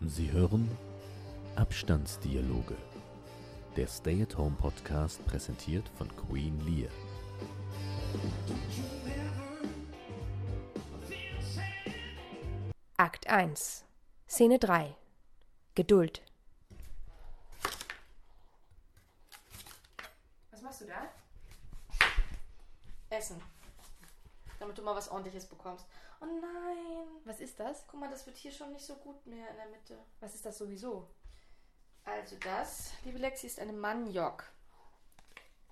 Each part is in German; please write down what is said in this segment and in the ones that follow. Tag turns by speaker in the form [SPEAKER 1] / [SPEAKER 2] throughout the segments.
[SPEAKER 1] Sie hören Abstandsdialoge. Der Stay-at-Home-Podcast präsentiert von Queen Lear.
[SPEAKER 2] Akt 1. Szene 3. Geduld.
[SPEAKER 3] Was machst du da? Essen. Damit du mal was ordentliches bekommst. Oh nein.
[SPEAKER 2] Was ist das?
[SPEAKER 3] Guck mal, das wird hier schon nicht so gut mehr in der Mitte.
[SPEAKER 2] Was ist das sowieso?
[SPEAKER 3] Also das, liebe Lexi, ist eine Maniok.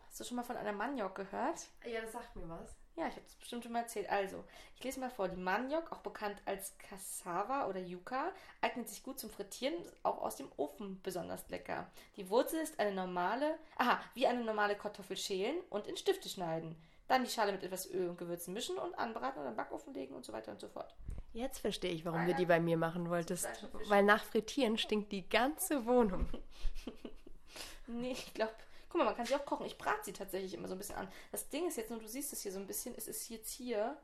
[SPEAKER 3] Hast du schon mal von einer Maniok gehört?
[SPEAKER 2] Ja, das sagt mir was.
[SPEAKER 3] Ja, ich habe das bestimmt schon mal erzählt. Also, ich lese mal vor. Die Maniok, auch bekannt als Cassava oder Yucca, eignet sich gut zum Frittieren, auch aus dem Ofen besonders lecker. Die Wurzel ist eine normale, aha, wie eine normale Kartoffel schälen und in Stifte schneiden. Dann die Schale mit etwas Öl und Gewürzen mischen und anbraten oder in den Backofen legen und so weiter und so fort.
[SPEAKER 2] Jetzt verstehe ich, warum du die bei mir machen wolltest.
[SPEAKER 3] Fleisch und Fisch.
[SPEAKER 2] Weil nach Frittieren stinkt die ganze Wohnung.
[SPEAKER 3] Nee, ich glaube. Guck mal, man kann sie auch kochen. Ich brate sie tatsächlich immer so ein bisschen an. Das Ding ist jetzt nur, du siehst es hier so ein bisschen, es ist jetzt hier.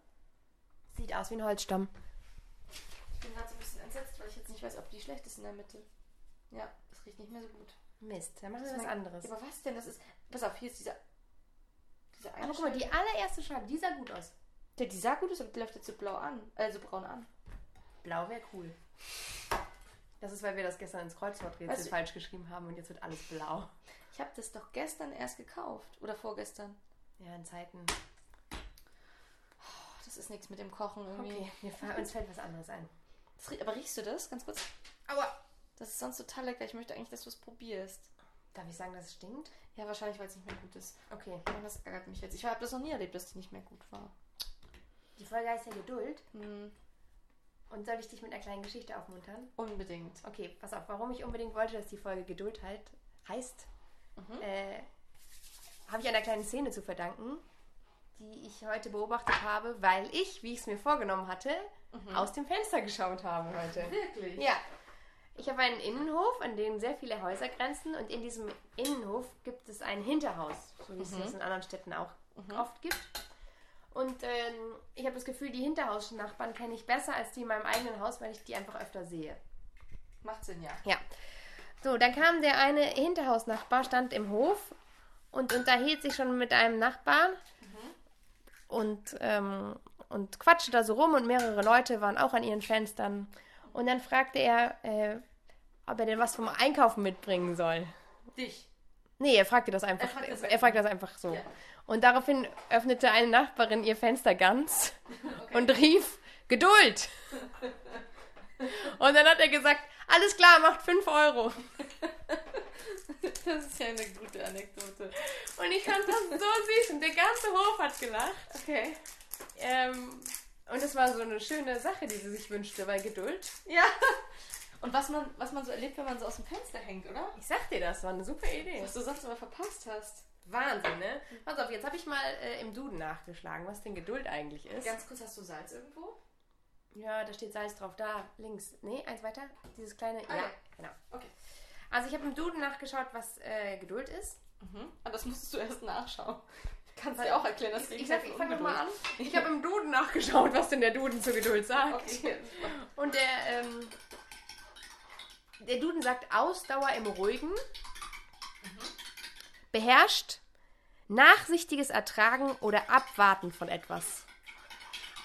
[SPEAKER 2] Sieht aus wie ein Holzstamm.
[SPEAKER 3] Ich bin gerade so ein bisschen entsetzt, weil ich jetzt nicht weiß, ob die schlecht ist in der Mitte. Ja, das riecht nicht mehr so gut.
[SPEAKER 2] Mist, dann machen wir
[SPEAKER 3] Das
[SPEAKER 2] was
[SPEAKER 3] mein-
[SPEAKER 2] anderes.
[SPEAKER 3] Ja, aber Also was denn? Das ist. Pass auf, hier ist dieser. Dieser eine.
[SPEAKER 2] Aber guck mal, die allererste Schale, die sah gut aus.
[SPEAKER 3] der, die sah gut ist, aber die läuft jetzt so blau an. Äh, so braun an.
[SPEAKER 2] Blau wäre cool. Das ist, weil wir das gestern ins Kreuzworträtsel
[SPEAKER 3] Also-
[SPEAKER 2] falsch geschrieben haben und jetzt wird alles blau.
[SPEAKER 3] Ich habe das doch gestern erst gekauft. Oder vorgestern.
[SPEAKER 2] Ja, in Zeiten.
[SPEAKER 3] Oh, das ist nichts mit dem Kochen irgendwie.
[SPEAKER 2] Okay, wir fa- uns fällt was anderes ein.
[SPEAKER 3] Das, rie- aber riechst du das? Ganz kurz.
[SPEAKER 2] Aua!
[SPEAKER 3] Das ist sonst total lecker. Ich möchte eigentlich, dass du es probierst.
[SPEAKER 2] Darf ich sagen, dass es stinkt?
[SPEAKER 3] Ja, wahrscheinlich, weil es nicht mehr gut ist.
[SPEAKER 2] Okay.
[SPEAKER 3] Und das ärgert mich jetzt. Ich habe das noch nie erlebt, dass die nicht mehr gut war.
[SPEAKER 2] Die Folge heißt ja Geduld.
[SPEAKER 3] Hm,
[SPEAKER 2] Und soll ich dich mit einer kleinen Geschichte aufmuntern?
[SPEAKER 3] unbedingt.
[SPEAKER 2] Okay, pass auf, warum ich unbedingt wollte, dass die Folge Geduld halt heißt, äh, habe ich einer kleinen Szene zu verdanken, die ich heute beobachtet habe, weil ich, wie ich es mir vorgenommen hatte, aus dem Fenster geschaut habe heute.
[SPEAKER 3] Wirklich?
[SPEAKER 2] Ja. Ich habe einen Innenhof, an dem sehr viele Häuser grenzen und in diesem Innenhof gibt es ein Hinterhaus, so wie es das in anderen Städten auch oft gibt. Und ähm, ich habe das Gefühl, die Hinterhausnachbarn kenne ich besser als die in meinem eigenen Haus, weil ich die einfach öfter sehe.
[SPEAKER 3] Macht Sinn, ja.
[SPEAKER 2] Ja. So, dann kam der eine Hinterhausnachbar, stand im Hof und unterhielt sich schon mit einem Nachbarn und, ähm, und quatschte da so rum und mehrere Leute waren auch an ihren Fenstern. Und dann fragte er, äh, ob er denn was vom Einkaufen mitbringen soll.
[SPEAKER 3] Dich.
[SPEAKER 2] Nee, er fragte das einfach. Er
[SPEAKER 3] Er fragte das
[SPEAKER 2] fragte,
[SPEAKER 3] einfach.
[SPEAKER 2] das einfach so.
[SPEAKER 3] Ja.
[SPEAKER 2] Und daraufhin öffnete eine Nachbarin ihr Fenster ganz und rief: Geduld! und dann hat er gesagt: Alles klar, macht 5 Euro.
[SPEAKER 3] Das ist ja eine gute Anekdote.
[SPEAKER 2] Und ich fand das so süß und der ganze Hof hat gelacht.
[SPEAKER 3] Okay.
[SPEAKER 2] Ähm, und das war so eine schöne Sache, die sie sich wünschte, weil Geduld.
[SPEAKER 3] Ja. Und was man, was man so erlebt, wenn man so aus dem Fenster hängt, oder?
[SPEAKER 2] Ich sag dir, das war eine super Idee.
[SPEAKER 3] Was du sonst immer verpasst hast.
[SPEAKER 2] Wahnsinn, ne? Pass auf, jetzt habe ich mal äh, im Duden nachgeschlagen, was denn Geduld eigentlich ist.
[SPEAKER 3] Ganz kurz, hast du Salz irgendwo?
[SPEAKER 2] Ja, da steht Salz drauf, da, links. Nee, eins weiter. Dieses kleine.
[SPEAKER 3] Ah,
[SPEAKER 2] ja,
[SPEAKER 3] ja.
[SPEAKER 2] genau.
[SPEAKER 3] Okay.
[SPEAKER 2] Also ich habe im Duden nachgeschaut, was äh, Geduld ist.
[SPEAKER 3] Mhm. Aber das musst du erst nachschauen. Kannst
[SPEAKER 2] Weil-
[SPEAKER 3] dir auch erklären, das
[SPEAKER 2] Ich, ich,
[SPEAKER 3] Gegenteil
[SPEAKER 2] sag,
[SPEAKER 3] von
[SPEAKER 2] ich fange nochmal
[SPEAKER 3] Ungeduld.
[SPEAKER 2] an. Ich habe im Duden nachgeschaut, was denn der Duden zu Geduld sagt.
[SPEAKER 3] Okay.
[SPEAKER 2] Und der, ähm, der Duden sagt Ausdauer im Ruhigen, Mhm. beherrscht, nachsichtiges Ertragen oder Abwarten von etwas.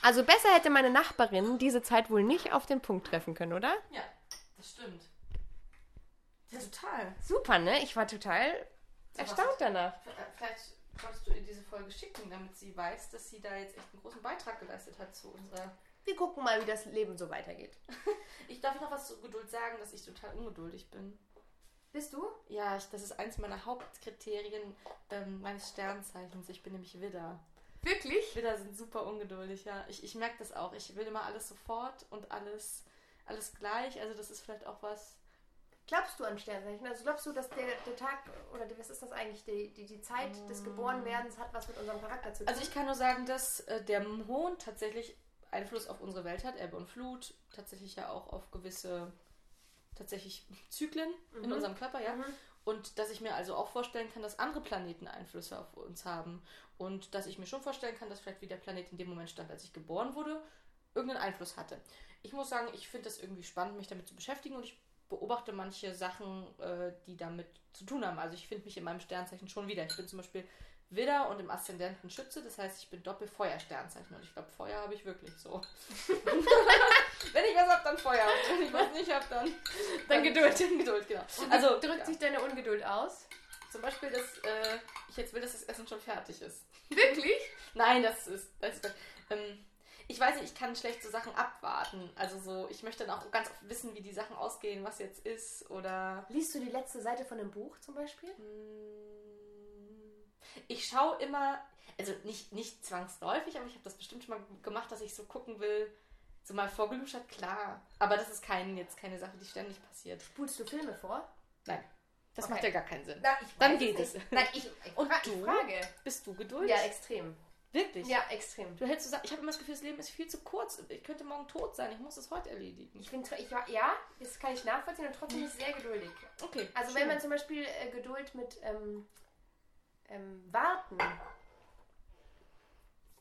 [SPEAKER 2] Also besser hätte meine Nachbarin diese Zeit wohl nicht auf den Punkt treffen können, oder?
[SPEAKER 3] Ja, das stimmt. Ja, total.
[SPEAKER 2] Super, ne? Ich war total erstaunt danach.
[SPEAKER 3] äh, Vielleicht solltest du ihr diese Folge schicken, damit sie weiß, dass sie da jetzt echt einen großen Beitrag geleistet hat zu unserer.
[SPEAKER 2] Wir gucken mal, wie das Leben so weitergeht.
[SPEAKER 3] Ich darf noch was zu Geduld sagen, dass ich total ungeduldig bin.
[SPEAKER 2] Bist du?
[SPEAKER 3] Ja, ich, das ist eins meiner Hauptkriterien ähm, meines Sternzeichens. Ich bin nämlich Widder.
[SPEAKER 2] Wirklich?
[SPEAKER 3] Widder sind super ungeduldig, ja. Ich, ich merke das auch. Ich will immer alles sofort und alles, alles gleich. Also das ist vielleicht auch was.
[SPEAKER 2] Glaubst du an Sternzeichen? Also glaubst du, dass der, der Tag, oder die, was ist das eigentlich, die, die, die Zeit des Geborenwerdens hat was mit unserem Charakter zu tun?
[SPEAKER 3] Also ich kann nur sagen, dass äh, der Mond tatsächlich Einfluss auf unsere Welt hat, Ebbe und Flut, tatsächlich ja auch auf gewisse tatsächlich Zyklen in unserem Körper, ja. Und dass ich mir also auch vorstellen kann, dass andere Planeten Einflüsse auf uns haben. Und dass ich mir schon vorstellen kann, dass vielleicht wie der Planet in dem Moment stand, als ich geboren wurde, irgendeinen Einfluss hatte. Ich muss sagen, ich finde das irgendwie spannend, mich damit zu beschäftigen und ich beobachte manche Sachen, äh, die damit zu tun haben. Also ich finde mich in meinem Sternzeichen schon wieder. Ich bin zum Beispiel Widder und im Aszendenten Schütze, das heißt, ich bin Doppelfeuer-Sternzeichen und ich glaube, Feuer habe ich wirklich so. Wenn ich was habe, dann Feuer. Und Wenn ich was nicht habe, dann,
[SPEAKER 2] Dann Geduld.
[SPEAKER 3] Dann Geduld, genau.
[SPEAKER 2] Also drückt
[SPEAKER 3] ja.
[SPEAKER 2] sich deine Ungeduld aus?
[SPEAKER 3] Zum Beispiel, dass äh, ich jetzt will, dass das Essen schon fertig ist.
[SPEAKER 2] Wirklich?
[SPEAKER 3] Nein, das ist. Das ist ähm, ich weiß nicht, ich kann schlecht so Sachen abwarten. Also so, ich möchte dann auch ganz oft wissen, wie die Sachen ausgehen, was jetzt ist oder.
[SPEAKER 2] Liest du die letzte Seite von einem Buch zum Beispiel?
[SPEAKER 3] Mm, Ich schaue immer, also nicht, nicht zwangsläufig, aber ich habe das bestimmt schon mal gemacht, dass ich so gucken will, so mal vorgeluschert, klar. Aber das ist kein, jetzt keine Sache, die ständig passiert.
[SPEAKER 2] Spulst du Filme vor?
[SPEAKER 3] Nein, das
[SPEAKER 2] Okay.
[SPEAKER 3] macht ja gar keinen Sinn.
[SPEAKER 2] Na, ich
[SPEAKER 3] Dann
[SPEAKER 2] weiß
[SPEAKER 3] geht
[SPEAKER 2] nicht.
[SPEAKER 3] es.
[SPEAKER 2] Nein, ich, ich,
[SPEAKER 3] Und
[SPEAKER 2] fra ich
[SPEAKER 3] du?
[SPEAKER 2] frage.
[SPEAKER 3] Bist du geduldig?
[SPEAKER 2] Ja, extrem.
[SPEAKER 3] Wirklich?
[SPEAKER 2] Ja, extrem.
[SPEAKER 3] Du hältst so Sachen. Ich habe immer das Gefühl, das Leben ist viel zu kurz. Ich könnte morgen tot sein. Ich muss es heute erledigen.
[SPEAKER 2] Ich bin, tr- ich, war- ja, das kann ich nachvollziehen und trotzdem bin ich sehr geduldig.
[SPEAKER 3] Okay.
[SPEAKER 2] Also wenn man zum Beispiel äh, Geduld mit ähm, ähm, Warten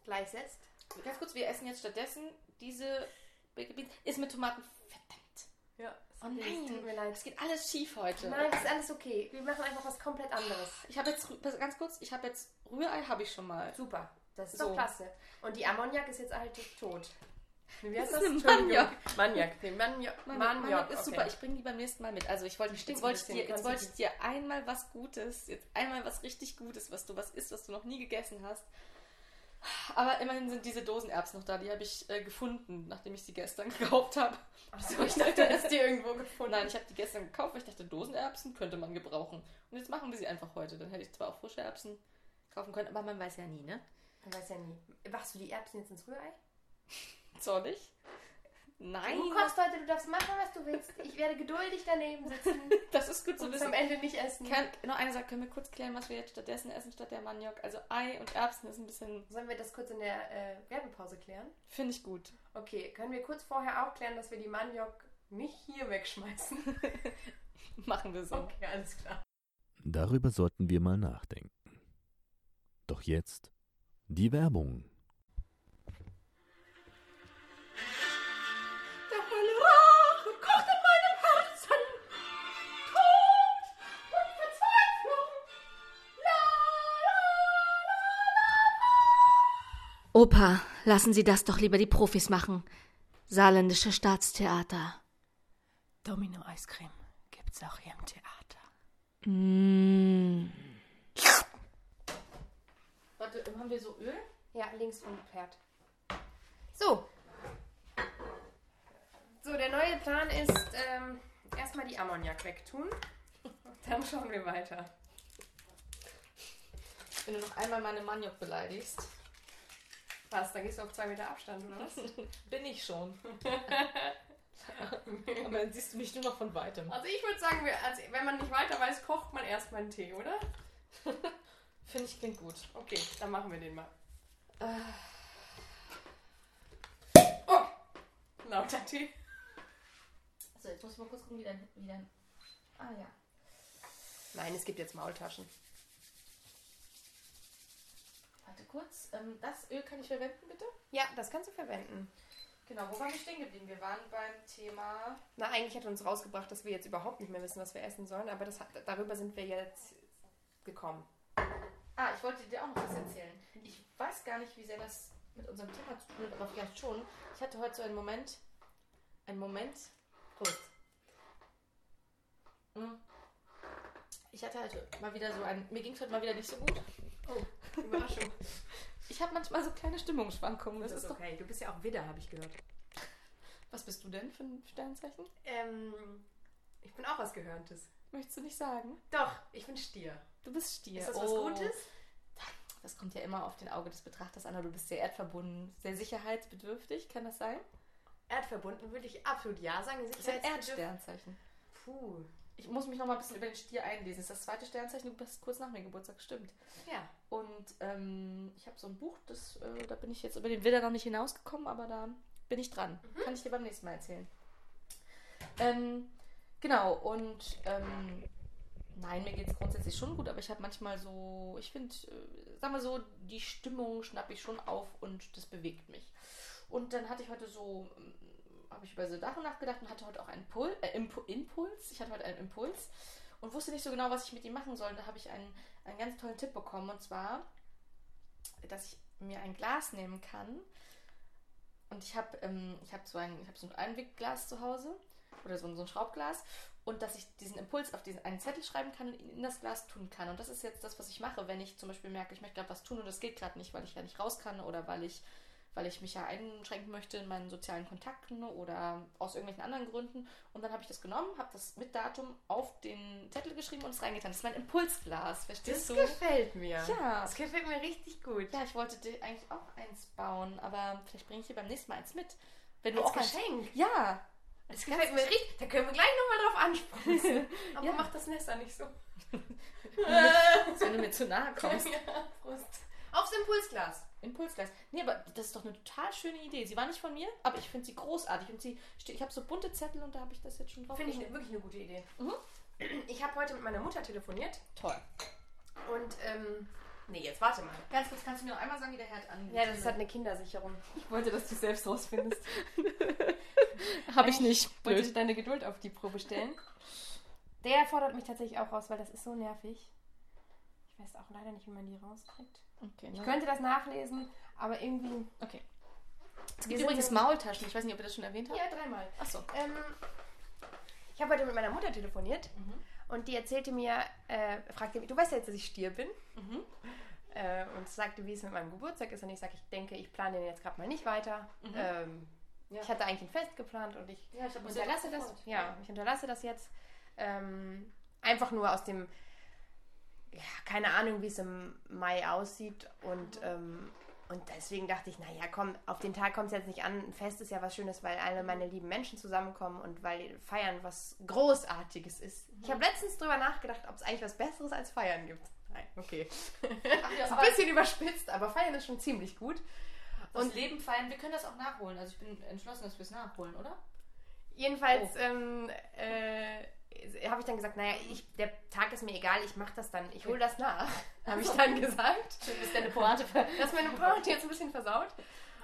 [SPEAKER 2] gleichsetzt.
[SPEAKER 3] ganz kurz, wir essen jetzt stattdessen diese Baked Beans. Ist mit Tomaten. Verdammt.
[SPEAKER 2] Ja.
[SPEAKER 3] Oh
[SPEAKER 2] Es
[SPEAKER 3] nein.
[SPEAKER 2] tut mir leid.
[SPEAKER 3] Es geht alles schief heute.
[SPEAKER 2] Nein, das ist alles okay. Wir machen einfach was komplett anderes.
[SPEAKER 3] Ich habe jetzt Rü- ganz kurz. Ich habe jetzt Rührei habe ich schon mal.
[SPEAKER 2] Super. Das ist
[SPEAKER 3] So.
[SPEAKER 2] doch klasse. Und wie Ammoniak ist jetzt halt tot. Wie
[SPEAKER 3] heißt das?
[SPEAKER 2] Maniak. Maniak. Nee, Maniak.
[SPEAKER 3] Mann,
[SPEAKER 2] Maniak.
[SPEAKER 3] Maniok ist
[SPEAKER 2] okay.
[SPEAKER 3] super. Ich bringe die beim nächsten Mal mit. Also ich wollte,
[SPEAKER 2] Stinkt
[SPEAKER 3] jetzt
[SPEAKER 2] ein
[SPEAKER 3] wollte ich
[SPEAKER 2] bisschen,
[SPEAKER 3] dir, jetzt
[SPEAKER 2] kannst
[SPEAKER 3] wollte
[SPEAKER 2] du
[SPEAKER 3] ich dir einmal was Gutes, jetzt einmal was richtig Gutes, was du was isst, was du noch nie gegessen hast. Aber immerhin sind diese Dosenerbsen noch da. Die habe ich äh, gefunden, nachdem ich sie gestern gekauft habe.
[SPEAKER 2] Achso, ich dachte, du hast die irgendwo gefunden.
[SPEAKER 3] Nein, ich habe die gestern gekauft, weil ich dachte, Dosenerbsen könnte man gebrauchen. Und jetzt machen wir sie einfach heute. Dann hätte ich zwar auch frische Erbsen kaufen können, aber man weiß ja nie, ne?
[SPEAKER 2] Man weiß ja nie. Machst du die Erbsen jetzt ins Rührei?
[SPEAKER 3] Zornig? Nein.
[SPEAKER 2] Du kochst heute, du darfst machen, was du willst. Ich werde geduldig daneben sitzen
[SPEAKER 3] Das ist gut zu
[SPEAKER 2] und es am
[SPEAKER 3] wissen.
[SPEAKER 2] Ende nicht essen.
[SPEAKER 3] Kann, noch einer sagt, können wir kurz klären, was wir jetzt stattdessen essen, statt der Maniok? Also Ei und Erbsen ist ein bisschen,
[SPEAKER 2] Sollen wir das kurz in der äh, Werbepause klären?
[SPEAKER 3] finde ich gut.
[SPEAKER 2] Okay, können wir kurz vorher auch klären, dass wir die Maniok nicht hier wegschmeißen?
[SPEAKER 3] Machen wir so.
[SPEAKER 2] Okay, alles klar.
[SPEAKER 1] Darüber sollten wir mal nachdenken. Doch jetzt die Werbung.
[SPEAKER 2] Der helle Rache kocht in meinem Herzen. Tod und Verzweiflung. La, la, la,
[SPEAKER 4] Opa, lassen Sie das doch lieber die Profis machen. Saarländische Staatstheater.
[SPEAKER 2] la. Domino-Eiscreme gibt's auch hier im Theater.
[SPEAKER 3] Warte, haben wir so Öl?
[SPEAKER 2] Ja, links vom Pferd. So. So, der neue Plan ist, ähm, erstmal die Ammoniak wegtun. Dann schauen wir weiter.
[SPEAKER 3] Wenn du noch einmal meine Maniok beleidigst,
[SPEAKER 2] Was? Dann gehst du auf zwei Meter Abstand, oder was?
[SPEAKER 3] bin ich schon. Aber dann siehst du mich nur noch von weitem.
[SPEAKER 2] Also ich würde sagen, wir, also wenn man nicht weiter weiß, kocht man erstmal einen Tee, oder?
[SPEAKER 3] Finde ich klingt gut.
[SPEAKER 2] Okay, dann machen wir den mal.
[SPEAKER 3] Äh,
[SPEAKER 2] Oh! Lauter Tee.
[SPEAKER 3] so, jetzt muss ich mal kurz gucken, wie dein, wie dein. Ah ja.
[SPEAKER 2] Nein, es gibt jetzt Maultaschen.
[SPEAKER 3] Warte kurz. Ähm, das Öl kann ich verwenden, bitte?
[SPEAKER 2] Ja, das kannst du verwenden.
[SPEAKER 3] Genau, wo waren wir stehen geblieben? Wir waren beim Thema.
[SPEAKER 2] Na, eigentlich hat uns rausgebracht, dass wir jetzt überhaupt nicht mehr wissen, was wir essen sollen, aber das hat, darüber sind wir jetzt gekommen.
[SPEAKER 3] Ah, ich wollte dir auch noch was erzählen. Ich weiß gar nicht, wie sehr das mit unserem Thema zu tun hat, aber vielleicht schon. Ich hatte heute so einen Moment. Einen Moment. Prost. Hm. Ich hatte heute mal wieder so einen. Mir ging es heute mal wieder nicht so gut.
[SPEAKER 2] Oh, Überraschung.
[SPEAKER 3] Ich habe manchmal so kleine Stimmungsschwankungen. Das, ist doch.
[SPEAKER 2] okay. Du bist ja auch Widder, habe ich gehört.
[SPEAKER 3] Was bist du denn für ein Sternzeichen?
[SPEAKER 2] Ähm, ich bin auch was Gehörntes.
[SPEAKER 3] Möchtest du nicht sagen?
[SPEAKER 2] Doch, ich bin Stier.
[SPEAKER 3] Du bist Stier.
[SPEAKER 2] Ist das was
[SPEAKER 3] Oh.
[SPEAKER 2] Gutes?
[SPEAKER 3] Das kommt ja immer auf den Auge des Betrachters an, aber du bist sehr erdverbunden, sehr sicherheitsbedürftig, kann das sein?
[SPEAKER 2] Erdverbunden würde ich absolut ja sagen.
[SPEAKER 3] Das ist ein
[SPEAKER 2] Sicherheitsbedürf-
[SPEAKER 3] Erdsternzeichen.
[SPEAKER 2] Puh.
[SPEAKER 3] Ich muss mich noch mal ein bisschen über den Stier einlesen. Das ist das zweite Sternzeichen, du bist kurz nach meinem Geburtstag, stimmt.
[SPEAKER 2] Ja.
[SPEAKER 3] Und ähm, ich habe so ein Buch, das, äh, da bin ich jetzt über den Widder noch nicht hinausgekommen, aber da bin ich dran. Kann ich dir beim nächsten Mal erzählen. Ähm, genau, und ähm, nein, mir geht es grundsätzlich schon gut, aber ich habe manchmal so, ich finde, äh, sagen wir so, die Stimmung schnappe ich schon auf und das bewegt mich. Und dann hatte ich heute so ähm, habe ich über so Sachen nachgedacht und hatte heute auch einen Pul äh, Impu- Impuls. Ich hatte heute einen Impuls und wusste nicht so genau, was ich mit ihm machen soll. Und da habe ich einen, einen ganz tollen Tipp bekommen und zwar, dass ich mir ein Glas nehmen kann. Und ich habe ähm, ich hab so, ein- ich hab so ein Einwegglas zu Hause oder so, ein- so ein Schraubglas und dass ich diesen Impuls auf diesen einen Zettel schreiben kann und ihn in das Glas tun kann. Und das ist jetzt das, was ich mache, wenn ich zum Beispiel merke, ich möchte gerade was tun und das geht gerade nicht, weil ich ja nicht raus kann oder weil ich, weil ich mich ja einschränken möchte in meinen sozialen Kontakten oder aus irgendwelchen anderen Gründen. Und dann habe ich das genommen, habe das mit Datum auf den Zettel geschrieben und es reingetan. Das ist mein Impulsglas, verstehst du?
[SPEAKER 2] gefällt mir.
[SPEAKER 3] Ja.
[SPEAKER 2] Das gefällt mir richtig gut.
[SPEAKER 3] Ja, ich wollte dir eigentlich auch eins bauen, aber vielleicht bringe ich dir beim nächsten Mal eins mit. Wenn du
[SPEAKER 2] Als
[SPEAKER 3] auch eins-
[SPEAKER 2] Geschenk.
[SPEAKER 3] Ja,
[SPEAKER 2] Das gefällt mir richtig. Da können wir gleich nochmal drauf ansprechen. Aber
[SPEAKER 3] Ja.
[SPEAKER 2] mach das Messer nicht so.
[SPEAKER 3] als wenn du mir zu nahe kommst.
[SPEAKER 2] Ja, Prost. Aufs Impulsglas.
[SPEAKER 3] Impulsglas. Nee, aber das ist doch eine total schöne Idee. Sie war nicht von mir, aber ich finde sie großartig. Und sie ste- ich habe so bunte Zettel und da habe ich das jetzt schon drauf.
[SPEAKER 2] Finde ich
[SPEAKER 3] geschrieben.
[SPEAKER 2] wirklich eine gute Idee.
[SPEAKER 3] Mhm.
[SPEAKER 2] Ich habe heute mit meiner Mutter telefoniert
[SPEAKER 3] toll.
[SPEAKER 2] und, ähm, nee, jetzt warte mal.
[SPEAKER 3] Ganz kurz, kannst du mir noch einmal sagen, wie der Herd an?
[SPEAKER 2] Ja, das hat eine Kindersicherung.
[SPEAKER 3] Ich wollte, dass du es selbst rausfindest. habe ich nicht.
[SPEAKER 2] Wollte
[SPEAKER 3] Blöd.
[SPEAKER 2] ich deine Geduld auf die Probe stellen. Der fordert mich tatsächlich auch raus, weil das ist so nervig. Ich weiß auch leider nicht, wie man die rauskriegt.
[SPEAKER 3] Okay, ne?
[SPEAKER 2] Ich könnte das nachlesen, aber irgendwie.
[SPEAKER 3] okay. Es
[SPEAKER 2] Wir
[SPEAKER 3] gibt
[SPEAKER 2] sind
[SPEAKER 3] übrigens
[SPEAKER 2] im-
[SPEAKER 3] Maultaschen. Ich weiß nicht, ob ihr das schon erwähnt habt.
[SPEAKER 2] Ja, dreimal.
[SPEAKER 3] Achso.
[SPEAKER 2] Ähm, ich habe heute mit meiner Mutter telefoniert
[SPEAKER 3] Mhm.
[SPEAKER 2] und die erzählte mir, äh, fragte mich, du weißt ja jetzt, dass ich Stier bin.
[SPEAKER 3] Mhm.
[SPEAKER 2] Äh, und sagte, wie es mit meinem Geburtstag ist. Und ich sage, ich denke, ich plane den jetzt gerade mal nicht weiter. Ähm,
[SPEAKER 3] Mhm. Ja.
[SPEAKER 2] Ich hatte eigentlich ein Fest geplant und ich
[SPEAKER 3] Ja, ich habe
[SPEAKER 2] unterlasse das, ja, ich unterlasse das jetzt. Ähm, einfach nur aus dem, ja, keine Ahnung, wie es im Mai aussieht. Und, ähm, und deswegen dachte ich, naja, komm, auf den Tag kommt es jetzt nicht an. Ein Fest ist ja was Schönes, weil alle meine lieben Menschen zusammenkommen und weil Feiern was Großartiges ist. Ich habe letztens drüber nachgedacht, ob es eigentlich was Besseres als Feiern gibt. Nein, okay. Ist ein
[SPEAKER 3] aber-
[SPEAKER 2] bisschen überspitzt, aber Feiern ist schon ziemlich gut.
[SPEAKER 3] Das und Leben feiern, wir können das auch nachholen. Also ich bin entschlossen, dass wir es nachholen, oder?
[SPEAKER 2] Jedenfalls ähm, äh, habe ich dann gesagt, naja, ich, der Tag ist mir egal, ich mache das dann, ich hole das nach, habe ich dann gesagt.
[SPEAKER 3] Du bist deine Pointe.
[SPEAKER 2] Das ist meine Party jetzt ein bisschen versaut.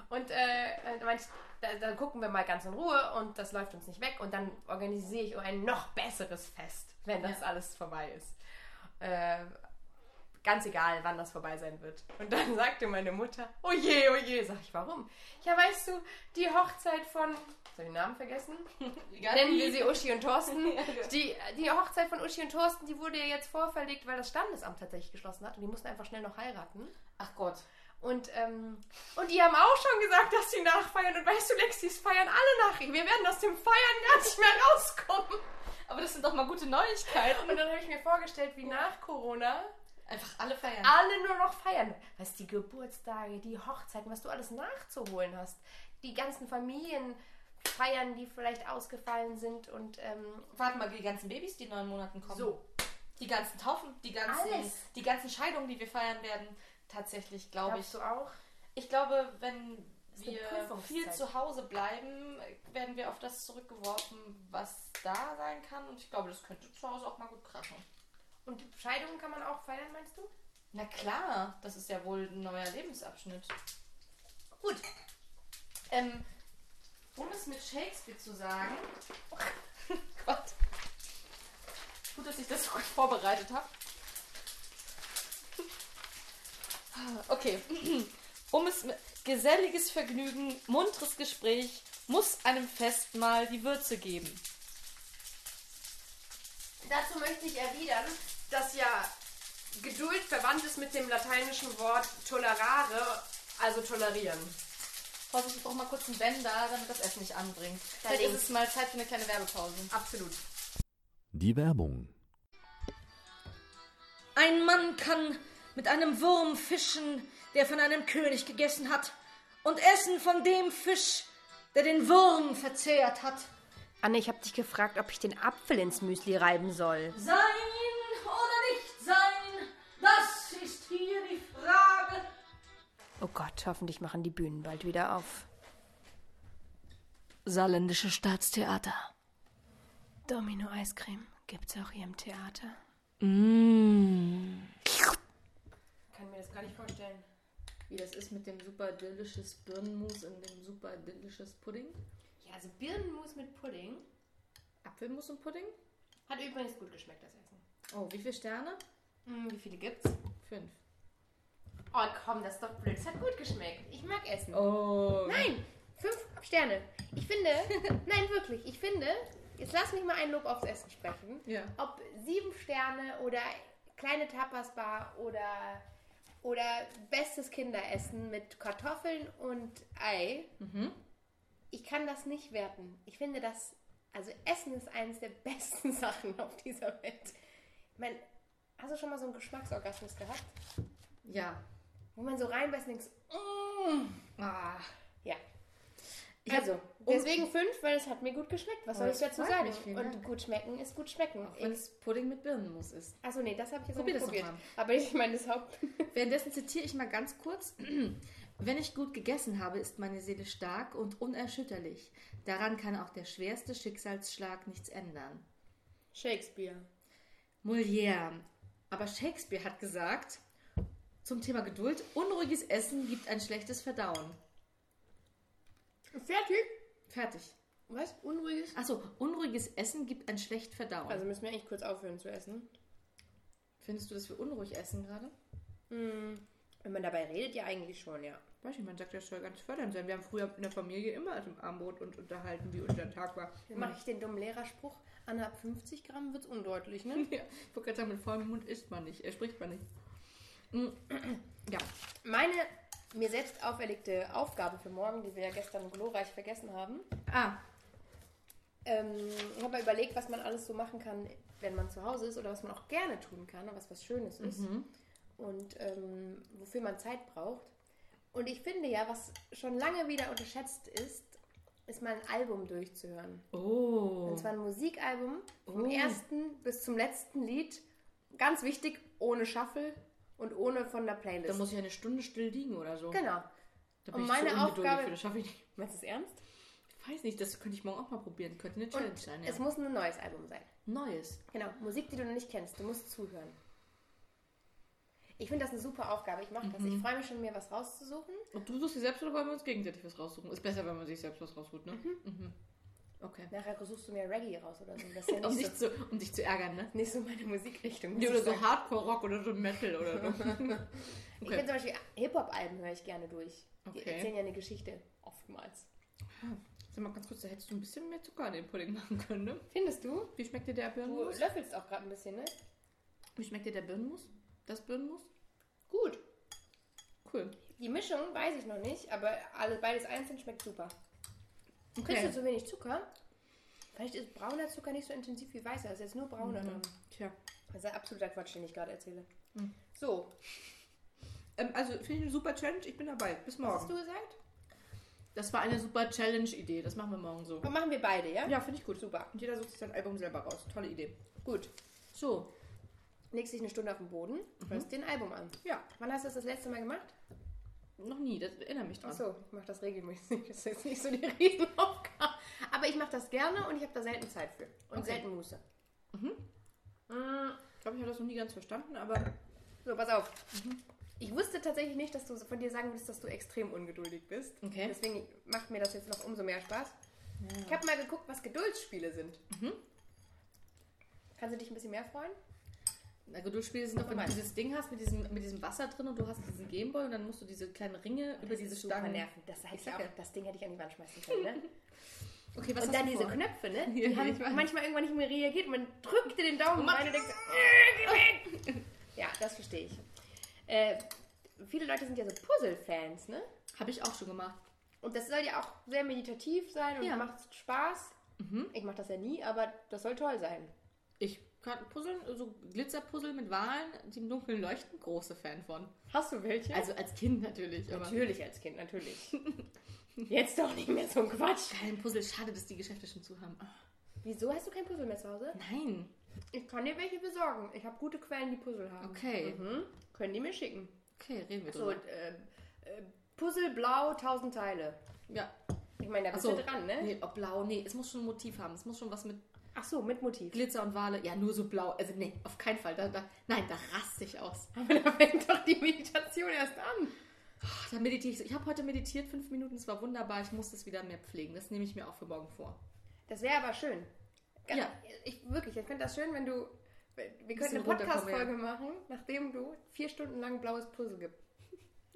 [SPEAKER 2] Und äh, meinte, da, dann gucken wir mal ganz in Ruhe und das läuft uns nicht weg und dann organisiere ich ein noch besseres Fest, wenn das
[SPEAKER 3] Ja.
[SPEAKER 2] alles vorbei ist. Äh, ganz egal, wann das vorbei sein wird. Und dann sagte meine Mutter, oh je, oh je, sag ich, warum? Ja, weißt du, die Hochzeit von, soll ich den Namen vergessen? Nennen wir sie Uschi und Thorsten. Die, die Hochzeit von Uschi und Thorsten, die wurde ja jetzt vorverlegt, weil das Standesamt tatsächlich geschlossen hat. Und die mussten einfach schnell noch heiraten.
[SPEAKER 3] Ach Gott.
[SPEAKER 2] Und, ähm, und die haben auch schon gesagt, dass sie nachfeiern. Und weißt du, Lexis feiern alle nach. Wir werden aus dem Feiern gar nicht mehr rauskommen.
[SPEAKER 3] Aber das sind doch mal gute Neuigkeiten.
[SPEAKER 2] Und dann habe ich mir vorgestellt, wie nach Corona
[SPEAKER 3] Einfach alle feiern.
[SPEAKER 2] alle nur noch feiern. Weißt du, die Geburtstage, die Hochzeiten, was du alles nachzuholen hast. Die ganzen Familienfeiern, die vielleicht ausgefallen sind. Und ähm,
[SPEAKER 3] Warte mal, die ganzen Babys, die in neun Monaten kommen.
[SPEAKER 2] so.
[SPEAKER 3] Die ganzen Taufen, die ganzen,
[SPEAKER 2] Alles.
[SPEAKER 3] die ganzen Scheidungen, die wir feiern werden. Tatsächlich, glaube ich.
[SPEAKER 2] Glaubst du auch?
[SPEAKER 3] Ich glaube, wenn
[SPEAKER 2] ist eine
[SPEAKER 3] wir
[SPEAKER 2] Prüfungszeit.
[SPEAKER 3] viel zu Hause bleiben, werden wir auf das zurückgeworfen, was da sein kann. Und ich glaube, das könnte zu Hause auch mal gut krachen.
[SPEAKER 2] Und Scheidungen kann man auch feiern, meinst du?
[SPEAKER 3] Na klar, das ist ja wohl ein neuer Lebensabschnitt. Gut. Ähm, um es mit Shakespeare zu sagen. Gott. Gut, dass ich das so gut vorbereitet habe. Okay. Um es mit geselliges Vergnügen, muntres Gespräch muss einem Festmahl die Würze geben.
[SPEAKER 2] Dazu möchte ich erwidern, dass ja Geduld verwandt ist mit dem lateinischen Wort tolerare, also tolerieren.
[SPEAKER 3] Vorsicht, ich brauche mal kurz einen Bänder, damit das Essen nicht anbringt. Vielleicht
[SPEAKER 2] links.
[SPEAKER 3] ist es mal Zeit für eine kleine Werbepause.
[SPEAKER 2] Absolut.
[SPEAKER 1] Die Werbung.
[SPEAKER 4] Ein Mann kann mit einem Wurm fischen, der von einem König gegessen hat, und essen von dem Fisch, der den Wurm verzehrt hat.
[SPEAKER 2] Anne, ich habe dich gefragt, ob ich den Apfel ins Müsli reiben soll.
[SPEAKER 4] Sein oder nicht sein, das ist hier die Frage.
[SPEAKER 2] Oh Gott, hoffentlich machen die Bühnen bald wieder auf.
[SPEAKER 4] Saarländische Staatstheater.
[SPEAKER 2] Domino-Eiscreme gibt's auch hier im Theater. Kann mir das gar nicht vorstellen.
[SPEAKER 3] Wie das ist mit dem super delicious Birnenmus und dem super delicious Pudding.
[SPEAKER 2] Ja,
[SPEAKER 5] Ja, also Birnenmus mit Pudding.
[SPEAKER 3] Apfelmus und Pudding?
[SPEAKER 5] Hat übrigens gut geschmeckt, das Essen.
[SPEAKER 3] Oh, wie viele Sterne?
[SPEAKER 5] Hm, wie viele gibt's?
[SPEAKER 3] Fünf.
[SPEAKER 5] Oh komm, das ist doch blöd. Es hat gut geschmeckt. Ich mag Essen.
[SPEAKER 3] Oh.
[SPEAKER 5] Nein, fünf Sterne. Ich finde, nein, wirklich, ich finde, jetzt lass mich mal ein Lob aufs Essen sprechen.
[SPEAKER 3] Ja.
[SPEAKER 5] Ob sieben Sterne oder kleine Tapasbar oder, oder bestes Kinderessen mit Kartoffeln und Ei, ich kann das nicht werten. Ich finde das, also Essen ist eines der besten Sachen auf dieser Welt. Ich meine, hast du schon mal so einen Geschmacksorgasmus gehabt?
[SPEAKER 3] Ja.
[SPEAKER 5] Wo man so reinbeißt und denkst,
[SPEAKER 3] Ah.
[SPEAKER 5] ja,
[SPEAKER 3] Ich hab-
[SPEAKER 5] Also, deswegen fünf, weil es hat mir gut geschmeckt. Was soll
[SPEAKER 3] Oh,
[SPEAKER 5] ich dazu
[SPEAKER 3] freut
[SPEAKER 5] sagen?
[SPEAKER 3] mich, vielen
[SPEAKER 5] Und
[SPEAKER 3] Dank.
[SPEAKER 5] gut schmecken ist gut schmecken.
[SPEAKER 3] Auch wenn
[SPEAKER 5] Ich,
[SPEAKER 3] es Pudding mit Birnenmus ist.
[SPEAKER 5] achso, nee, das habe ich jetzt
[SPEAKER 3] Probier
[SPEAKER 5] noch
[SPEAKER 3] das
[SPEAKER 5] nicht
[SPEAKER 3] noch
[SPEAKER 5] probiert. Aber ich meine, das Haupt.
[SPEAKER 3] Währenddessen zitiere ich mal ganz kurz. Wenn ich gut gegessen habe, ist meine Seele stark und unerschütterlich. Daran kann auch der schwerste Schicksalsschlag nichts ändern.
[SPEAKER 5] Shakespeare.
[SPEAKER 3] Molière. Aber Shakespeare hat gesagt, zum Thema Geduld, unruhiges Essen gibt ein schlechtes Verdauen.
[SPEAKER 5] Fertig?
[SPEAKER 3] Fertig.
[SPEAKER 5] Was? Unruhiges?
[SPEAKER 3] Achso, unruhiges Essen gibt ein schlecht Verdauen.
[SPEAKER 5] Also müssen wir eigentlich kurz aufhören zu essen.
[SPEAKER 3] Findest du, dass wir unruhig essen gerade?
[SPEAKER 5] Wenn man dabei redet, ja eigentlich schon, ja.
[SPEAKER 3] Weiß nicht, man sagt, das soll ganz fördernd sein. Wir haben früher in der Familie immer im Armbrot und unterhalten, wie unser Tag war.
[SPEAKER 5] Mache ich den dummen Lehrerspruch, anhab 50 Gramm wird's undeutlich, ne?
[SPEAKER 3] Ja, ich wollte gerade sagen, mit vollem Mund isst man nicht, äh, spricht man nicht. Mm, Ja,
[SPEAKER 5] Meine mir selbst auferlegte Aufgabe für morgen, die wir ja gestern glorreich vergessen haben,
[SPEAKER 3] ah,
[SPEAKER 5] Ähm, ich habe mal überlegt, was man alles so machen kann, wenn man zu Hause ist oder was man auch gerne tun kann und was was Schönes ist
[SPEAKER 3] Mhm.
[SPEAKER 5] und ähm, wofür man Zeit braucht. Und ich finde ja, was schon lange wieder unterschätzt ist, ist mal ein Album durchzuhören.
[SPEAKER 3] oh.
[SPEAKER 5] Und zwar ein Musikalbum vom
[SPEAKER 3] Oh.
[SPEAKER 5] ersten bis zum letzten Lied. Ganz wichtig, ohne Shuffle und ohne von der
[SPEAKER 3] Da
[SPEAKER 5] Playlist.
[SPEAKER 3] muss ich eine Stunde still liegen oder so.
[SPEAKER 5] genau.
[SPEAKER 3] Da
[SPEAKER 5] und
[SPEAKER 3] bin ich
[SPEAKER 5] meine
[SPEAKER 3] zu ungeduldig
[SPEAKER 5] Aufgabe-
[SPEAKER 3] für, das schaffe ich nicht.
[SPEAKER 5] Meinst du es ernst?
[SPEAKER 3] Ich weiß nicht, das könnte ich morgen auch mal probieren. Könnte eine Challenge
[SPEAKER 5] Und
[SPEAKER 3] sein,
[SPEAKER 5] es
[SPEAKER 3] ja.
[SPEAKER 5] muss ein neues Album sein.
[SPEAKER 3] Neues.
[SPEAKER 5] Genau, Musik, die du noch nicht kennst. Du musst zuhören. Ich finde das eine super Aufgabe. Ich mache das.
[SPEAKER 3] Mhm.
[SPEAKER 5] Ich freue mich schon, mir was rauszusuchen.
[SPEAKER 3] Und du suchst dir selbst oder wollen wir uns gegenseitig was raussuchen? Ist besser, wenn man sich selbst was raussucht, ne? Mhm. Okay.
[SPEAKER 5] Nachher suchst du mir Reggae raus oder so. Das ist ja
[SPEAKER 3] Um
[SPEAKER 5] nicht,
[SPEAKER 3] dich,
[SPEAKER 5] so,
[SPEAKER 3] zu, um dich zu ärgern, ne?
[SPEAKER 5] nicht so meine Musikrichtung. muss
[SPEAKER 3] Ja,
[SPEAKER 5] ich
[SPEAKER 3] oder so
[SPEAKER 5] sagen.
[SPEAKER 3] Hardcore-Rock oder so Metal oder so.
[SPEAKER 5] Ich
[SPEAKER 3] Okay.
[SPEAKER 5] finde zum Beispiel Hip-Hop-Alben höre ich gerne durch. Die
[SPEAKER 3] Okay.
[SPEAKER 5] erzählen ja eine Geschichte. Oftmals.
[SPEAKER 3] Sag mal ganz kurz, da hättest du ein bisschen mehr Zucker in den Pudding machen können, ne?
[SPEAKER 5] Findest du?
[SPEAKER 3] Wie schmeckt dir der
[SPEAKER 5] Du
[SPEAKER 3] Birnenmus?
[SPEAKER 5] löffelst auch gerade ein bisschen, ne?
[SPEAKER 3] Wie schmeckt dir der Birnenmus? Das Birnenmus?
[SPEAKER 5] Gut.
[SPEAKER 3] Cool.
[SPEAKER 5] Die Mischung weiß ich noch nicht, aber alle, beides einzeln schmeckt super. Kriegst
[SPEAKER 3] Okay.
[SPEAKER 5] du zu wenig Zucker? Vielleicht ist brauner Zucker nicht so intensiv wie weißer. Es ist jetzt nur brauner
[SPEAKER 3] Mhm.
[SPEAKER 5] drin.
[SPEAKER 3] Tja.
[SPEAKER 5] Das ist ein absoluter Quatsch, den ich gerade erzähle. So,
[SPEAKER 3] Ähm, also finde ich eine super Challenge. Ich bin dabei. Bis
[SPEAKER 5] was hast
[SPEAKER 3] morgen.
[SPEAKER 5] du gesagt?
[SPEAKER 3] Das war eine super Challenge-Idee. Das machen wir morgen so.
[SPEAKER 5] Das machen wir beide, ja?
[SPEAKER 3] Ja, finde ich gut.
[SPEAKER 5] Super.
[SPEAKER 3] Und jeder sucht sich sein Album selber raus. Tolle Idee.
[SPEAKER 5] Gut.
[SPEAKER 3] So.
[SPEAKER 5] Legst dich eine Stunde auf den Boden, hörst dir ein Album an.
[SPEAKER 3] Ja.
[SPEAKER 5] Mhm. Wann hast du das das letzte Mal gemacht?
[SPEAKER 3] Noch nie. Das erinnere mich dran.
[SPEAKER 5] Achso, ich mache das regelmäßig. Das ist jetzt nicht so die Riesenaufgabe. Aber ich mache das gerne und ich habe da selten Zeit für. Und
[SPEAKER 3] Okay.
[SPEAKER 5] selten Muße.
[SPEAKER 3] Ich glaube, ich habe das noch nie ganz verstanden, aber
[SPEAKER 5] So, pass auf. Ich wusste tatsächlich nicht, dass du von dir sagen würdest, dass du extrem ungeduldig bist.
[SPEAKER 3] Okay.
[SPEAKER 5] Deswegen macht mir das jetzt noch umso mehr Spaß. Ich habe mal geguckt, was Geduldsspiele sind. Kannst du dich ein bisschen mehr freuen?
[SPEAKER 3] na gut, du spielst noch, wenn du
[SPEAKER 5] Nochmal.
[SPEAKER 3] dieses Ding hast mit diesem, mit diesem Wasser drin und du hast diesen Gameboy und dann musst du diese kleinen Ringe über
[SPEAKER 5] Das
[SPEAKER 3] diese
[SPEAKER 5] ist super
[SPEAKER 3] Stangen.
[SPEAKER 5] nervig. Das, hätte ich
[SPEAKER 3] sag ja.
[SPEAKER 5] auch, das Ding hätte ich an die Wand schmeißen können. Ne?
[SPEAKER 3] Okay, was
[SPEAKER 5] und
[SPEAKER 3] hast
[SPEAKER 5] dann
[SPEAKER 3] du
[SPEAKER 5] diese
[SPEAKER 3] vor?
[SPEAKER 5] Knöpfe, ne?
[SPEAKER 3] Ja,
[SPEAKER 5] Die
[SPEAKER 3] ich
[SPEAKER 5] haben
[SPEAKER 3] weiß.
[SPEAKER 5] manchmal irgendwann nicht mehr reagiert. Man drückt dir den Daumen rein und denkt so, "Äh, geh weg." Ja, das verstehe ich. Äh, viele Leute sind ja so Puzzle-Fans, ne?
[SPEAKER 3] Habe ich auch schon gemacht.
[SPEAKER 5] Und das soll ja auch sehr meditativ sein und
[SPEAKER 3] Ja. Mhm.
[SPEAKER 5] macht Spaß. Ich mache das ja nie, aber das soll toll sein.
[SPEAKER 3] Ich kann puzzeln, so Glitzerpuzzle mit Wahlen, die im Dunkeln leuchten, große Fan von.
[SPEAKER 5] Hast du welche?
[SPEAKER 3] Also als Kind natürlich, aber
[SPEAKER 5] natürlich als Kind, natürlich. Jetzt doch nicht mehr so ein Quatsch.
[SPEAKER 3] kein Puzzle. Schade, dass die Geschäfte schon zu haben. Ah,
[SPEAKER 5] Wieso hast du kein Puzzle mehr zu Hause?
[SPEAKER 3] nein.
[SPEAKER 5] Ich kann dir welche besorgen. Ich habe gute Quellen, die Puzzle haben.
[SPEAKER 3] Okay.
[SPEAKER 5] Mhm. Können die mir schicken.
[SPEAKER 3] Okay, reden wir
[SPEAKER 5] So,
[SPEAKER 3] drüber.
[SPEAKER 5] äh, äh, Puzzle blau, 1000 Teile.
[SPEAKER 3] ja.
[SPEAKER 5] Ich meine, da
[SPEAKER 3] Ach
[SPEAKER 5] bist
[SPEAKER 3] so.
[SPEAKER 5] du dran, ne?
[SPEAKER 3] Nee, oh, blau, nee, es muss schon ein Motiv haben. Es muss schon was mit
[SPEAKER 5] Ach so, mit Motiv.
[SPEAKER 3] Glitzer und Wale. Ja, nur so blau. Also nee, auf keinen Fall. Da, da, nein, da raste ich aus.
[SPEAKER 5] Aber da fängt doch die Meditation erst an.
[SPEAKER 3] Ach, Da meditiere ich so. Ich habe heute meditiert, fünf Minuten, es war wunderbar. Ich muss das wieder mehr pflegen. Das nehme ich mir auch für morgen vor.
[SPEAKER 5] Das wäre aber schön. Ganz-
[SPEAKER 3] Ja.
[SPEAKER 5] Ich, wirklich, ich finde das schön, wenn du. Wir könnten
[SPEAKER 3] Bisschen
[SPEAKER 5] eine
[SPEAKER 3] runterkommen, ja.
[SPEAKER 5] Podcast-Folge machen, nachdem du vier Stunden lang blaues Puzzle gibst.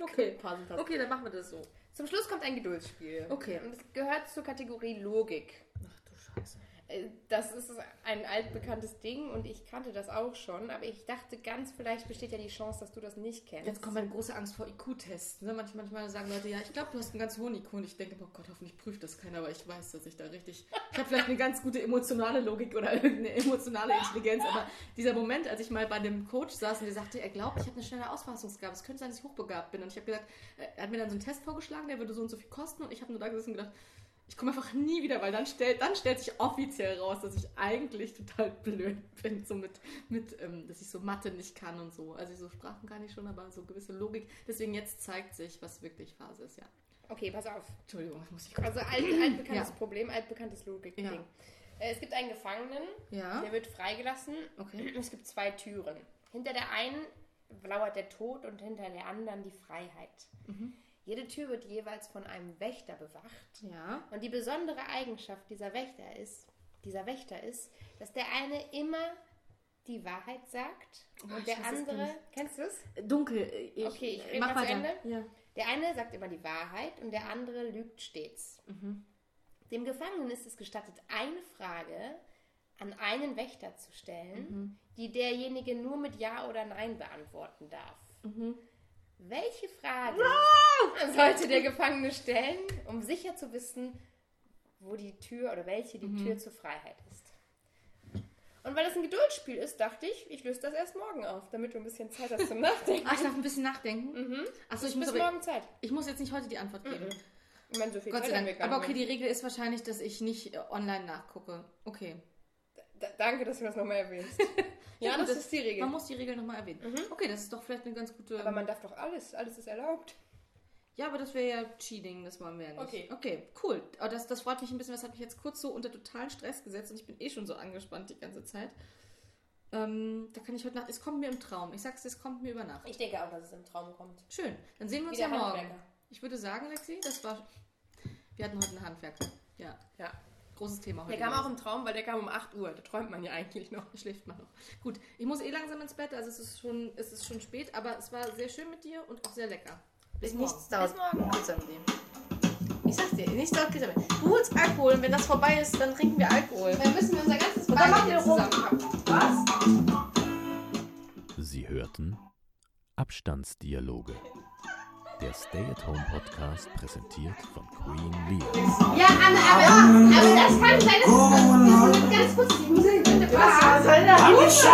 [SPEAKER 3] Okay.
[SPEAKER 5] Puzzle hast.
[SPEAKER 3] Okay, dann machen wir das so.
[SPEAKER 5] Zum Schluss kommt ein Geduldsspiel.
[SPEAKER 3] Okay.
[SPEAKER 5] Und es gehört zur Kategorie Logik.
[SPEAKER 3] Ach du Scheiße.
[SPEAKER 5] Äh, Das ist ein altbekanntes Ding und ich kannte das auch schon, aber ich dachte ganz, vielleicht besteht ja die Chance, dass du das nicht kennst.
[SPEAKER 3] Jetzt kommt meine große Angst vor IQ-Tests. Ne? Manch, manchmal sagen Leute, ja, ich glaube, du hast einen ganz hohen IQ. Und ich denke, oh Gott, hoffentlich prüft das keiner, aber ich weiß, dass ich da richtig. Ich habe vielleicht eine ganz gute emotionale Logik oder irgendeine emotionale Intelligenz. Aber dieser Moment, als ich mal bei dem Coach saß und der sagte, er glaubt, ich habe eine schnelle Ausfassungsgabe. Es könnte sein, dass ich hochbegabt bin. Und ich habe gesagt, äh, er hat mir dann so einen Test vorgeschlagen, der würde so und so viel kosten. Und ich habe nur da gesessen und gedacht, ich komme einfach nie wieder, weil dann stellt, dann stellt sich offiziell raus, dass ich eigentlich total blöd bin, so mit, mit ähm, dass ich so Mathe nicht kann und so. Also so Sprachen kann ich schon, aber so gewisse Logik. Deswegen jetzt zeigt sich, was wirklich Phase ist, ja.
[SPEAKER 5] Okay, pass auf.
[SPEAKER 3] Entschuldigung, das muss ich kurz.
[SPEAKER 5] Also alt, altbekanntes
[SPEAKER 3] Ja.
[SPEAKER 5] Problem, altbekanntes Logik-Ding.
[SPEAKER 3] Ja.
[SPEAKER 5] Äh, Es gibt einen Gefangenen,
[SPEAKER 3] Ja,
[SPEAKER 5] der wird freigelassen.
[SPEAKER 3] okay.
[SPEAKER 5] Es gibt zwei Türen. Hinter der einen lauert der Tod und hinter der anderen die Freiheit. Jede Tür wird jeweils von einem Wächter bewacht.
[SPEAKER 3] Mhm. Ja.
[SPEAKER 5] Und die besondere Eigenschaft dieser Wächter ist, dieser Wächter ist, dass der eine immer die Wahrheit sagt und
[SPEAKER 3] Ah, ich
[SPEAKER 5] der
[SPEAKER 3] weiß es
[SPEAKER 5] andere,
[SPEAKER 3] nicht.
[SPEAKER 5] kennst du es?
[SPEAKER 3] Dunkel, ich,
[SPEAKER 5] Okay, ich red mal zu Ende.
[SPEAKER 3] Ja.
[SPEAKER 5] Der eine sagt immer die Wahrheit und der andere lügt stets.
[SPEAKER 3] Mhm.
[SPEAKER 5] Dem Gefangenen ist es gestattet, eine Frage an einen Wächter zu stellen,
[SPEAKER 3] Mhm.
[SPEAKER 5] die derjenige nur mit Ja oder Nein beantworten darf.
[SPEAKER 3] Mhm.
[SPEAKER 5] Welche Frage sollte der Gefangene stellen, um sicher zu wissen, wo die Tür oder welche die
[SPEAKER 3] Mhm.
[SPEAKER 5] Tür zur Freiheit ist? Und weil es ein Geduldsspiel ist, dachte ich, ich löse das erst morgen auf, damit du ein bisschen Zeit hast zum Nachdenken.
[SPEAKER 3] Ah, ich darf ein bisschen nachdenken. Achso, ich muss
[SPEAKER 5] Mhm. Bis
[SPEAKER 3] aber,
[SPEAKER 5] morgen Zeit.
[SPEAKER 3] ich muss jetzt nicht heute die Antwort geben.
[SPEAKER 5] Ich meine, so viel
[SPEAKER 3] Gott sei
[SPEAKER 5] Zeit haben wir
[SPEAKER 3] Dank.
[SPEAKER 5] gar
[SPEAKER 3] Aber
[SPEAKER 5] nicht.
[SPEAKER 3] okay, die Regel ist wahrscheinlich, dass ich nicht äh, online nachgucke. Okay.
[SPEAKER 5] D danke, dass du das nochmal erwähnst. ja,
[SPEAKER 3] gut,
[SPEAKER 5] das ist die Regel. Mhm.
[SPEAKER 3] Man muss die Regel nochmal erwähnen. Okay, das ist doch vielleicht eine ganz gute.
[SPEAKER 5] aber man darf doch alles, alles ist erlaubt.
[SPEAKER 3] ja, aber das wäre ja Cheating, das wollen wir ja nicht.
[SPEAKER 5] Okay.
[SPEAKER 3] okay cool. Aber das, das freut mich ein bisschen, das hat mich jetzt kurz so unter totalen Stress gesetzt und ich bin eh schon so angespannt die ganze Zeit. Ähm, da kann ich heute Nacht. Es kommt mir im Traum. Ich sag's, dir, es kommt mir über Nacht.
[SPEAKER 5] Ich denke auch, dass es im Traum kommt.
[SPEAKER 3] Schön. Dann sehen wir uns
[SPEAKER 5] Wie
[SPEAKER 3] ja
[SPEAKER 5] der
[SPEAKER 3] morgen.
[SPEAKER 5] Handwerker.
[SPEAKER 3] Ich würde sagen, Lexi, das war. Wir hatten heute einen Handwerker. Ja.
[SPEAKER 5] Ja.
[SPEAKER 3] Großes Thema heute.
[SPEAKER 5] Der kam auch
[SPEAKER 3] gewesen.
[SPEAKER 5] im Traum, weil der kam um 8 Uhr. Da träumt man ja eigentlich noch.
[SPEAKER 3] Schläft man noch. Gut, ich muss eh langsam ins Bett, also es ist schon, es ist schon spät, aber es war sehr schön mit dir und auch sehr lecker. Bis morgen.
[SPEAKER 6] dauert kürzer mit ihm. Ich sag's dir, nichts dauert kürzer mit ihm. Du holst Alkohol und wenn das vorbei ist, dann trinken wir Alkohol.
[SPEAKER 5] Dann müssen wir unser ganzes
[SPEAKER 6] Und dann machen wir rum.
[SPEAKER 1] Sie hörten Abstandsdialoge. Der Stay-at-Home-Podcast präsentiert von Queen Leo.
[SPEAKER 5] Ja, aber, aber, Ah, aber das kann sein, dass
[SPEAKER 3] Oh,
[SPEAKER 5] das ist ganz kurz. Ich muss ja nicht mit der Bahn.
[SPEAKER 6] Was soll da komisch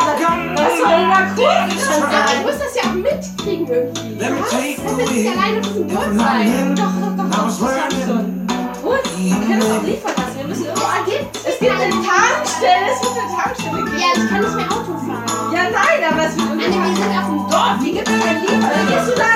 [SPEAKER 5] Ich muss das ja auch mitkriegen irgendwie.
[SPEAKER 7] Let me take
[SPEAKER 5] Ich bin nicht alleine auf dem Boot sein.
[SPEAKER 7] Doch, doch, doch. Ich hab's schon.
[SPEAKER 6] Gut, wir können das auch liefern lassen. Wir müssen irgendwo angehen. Es gibt eine Tankstelle, es wird eine Tankstelle geben.
[SPEAKER 5] Ja, ich kann nicht mehr Auto fahren.
[SPEAKER 6] Ja, nein, aber es wird
[SPEAKER 5] Anne, wir sind auf dem Dorf.
[SPEAKER 6] Wie gibt's denn Liefern? Gehst du da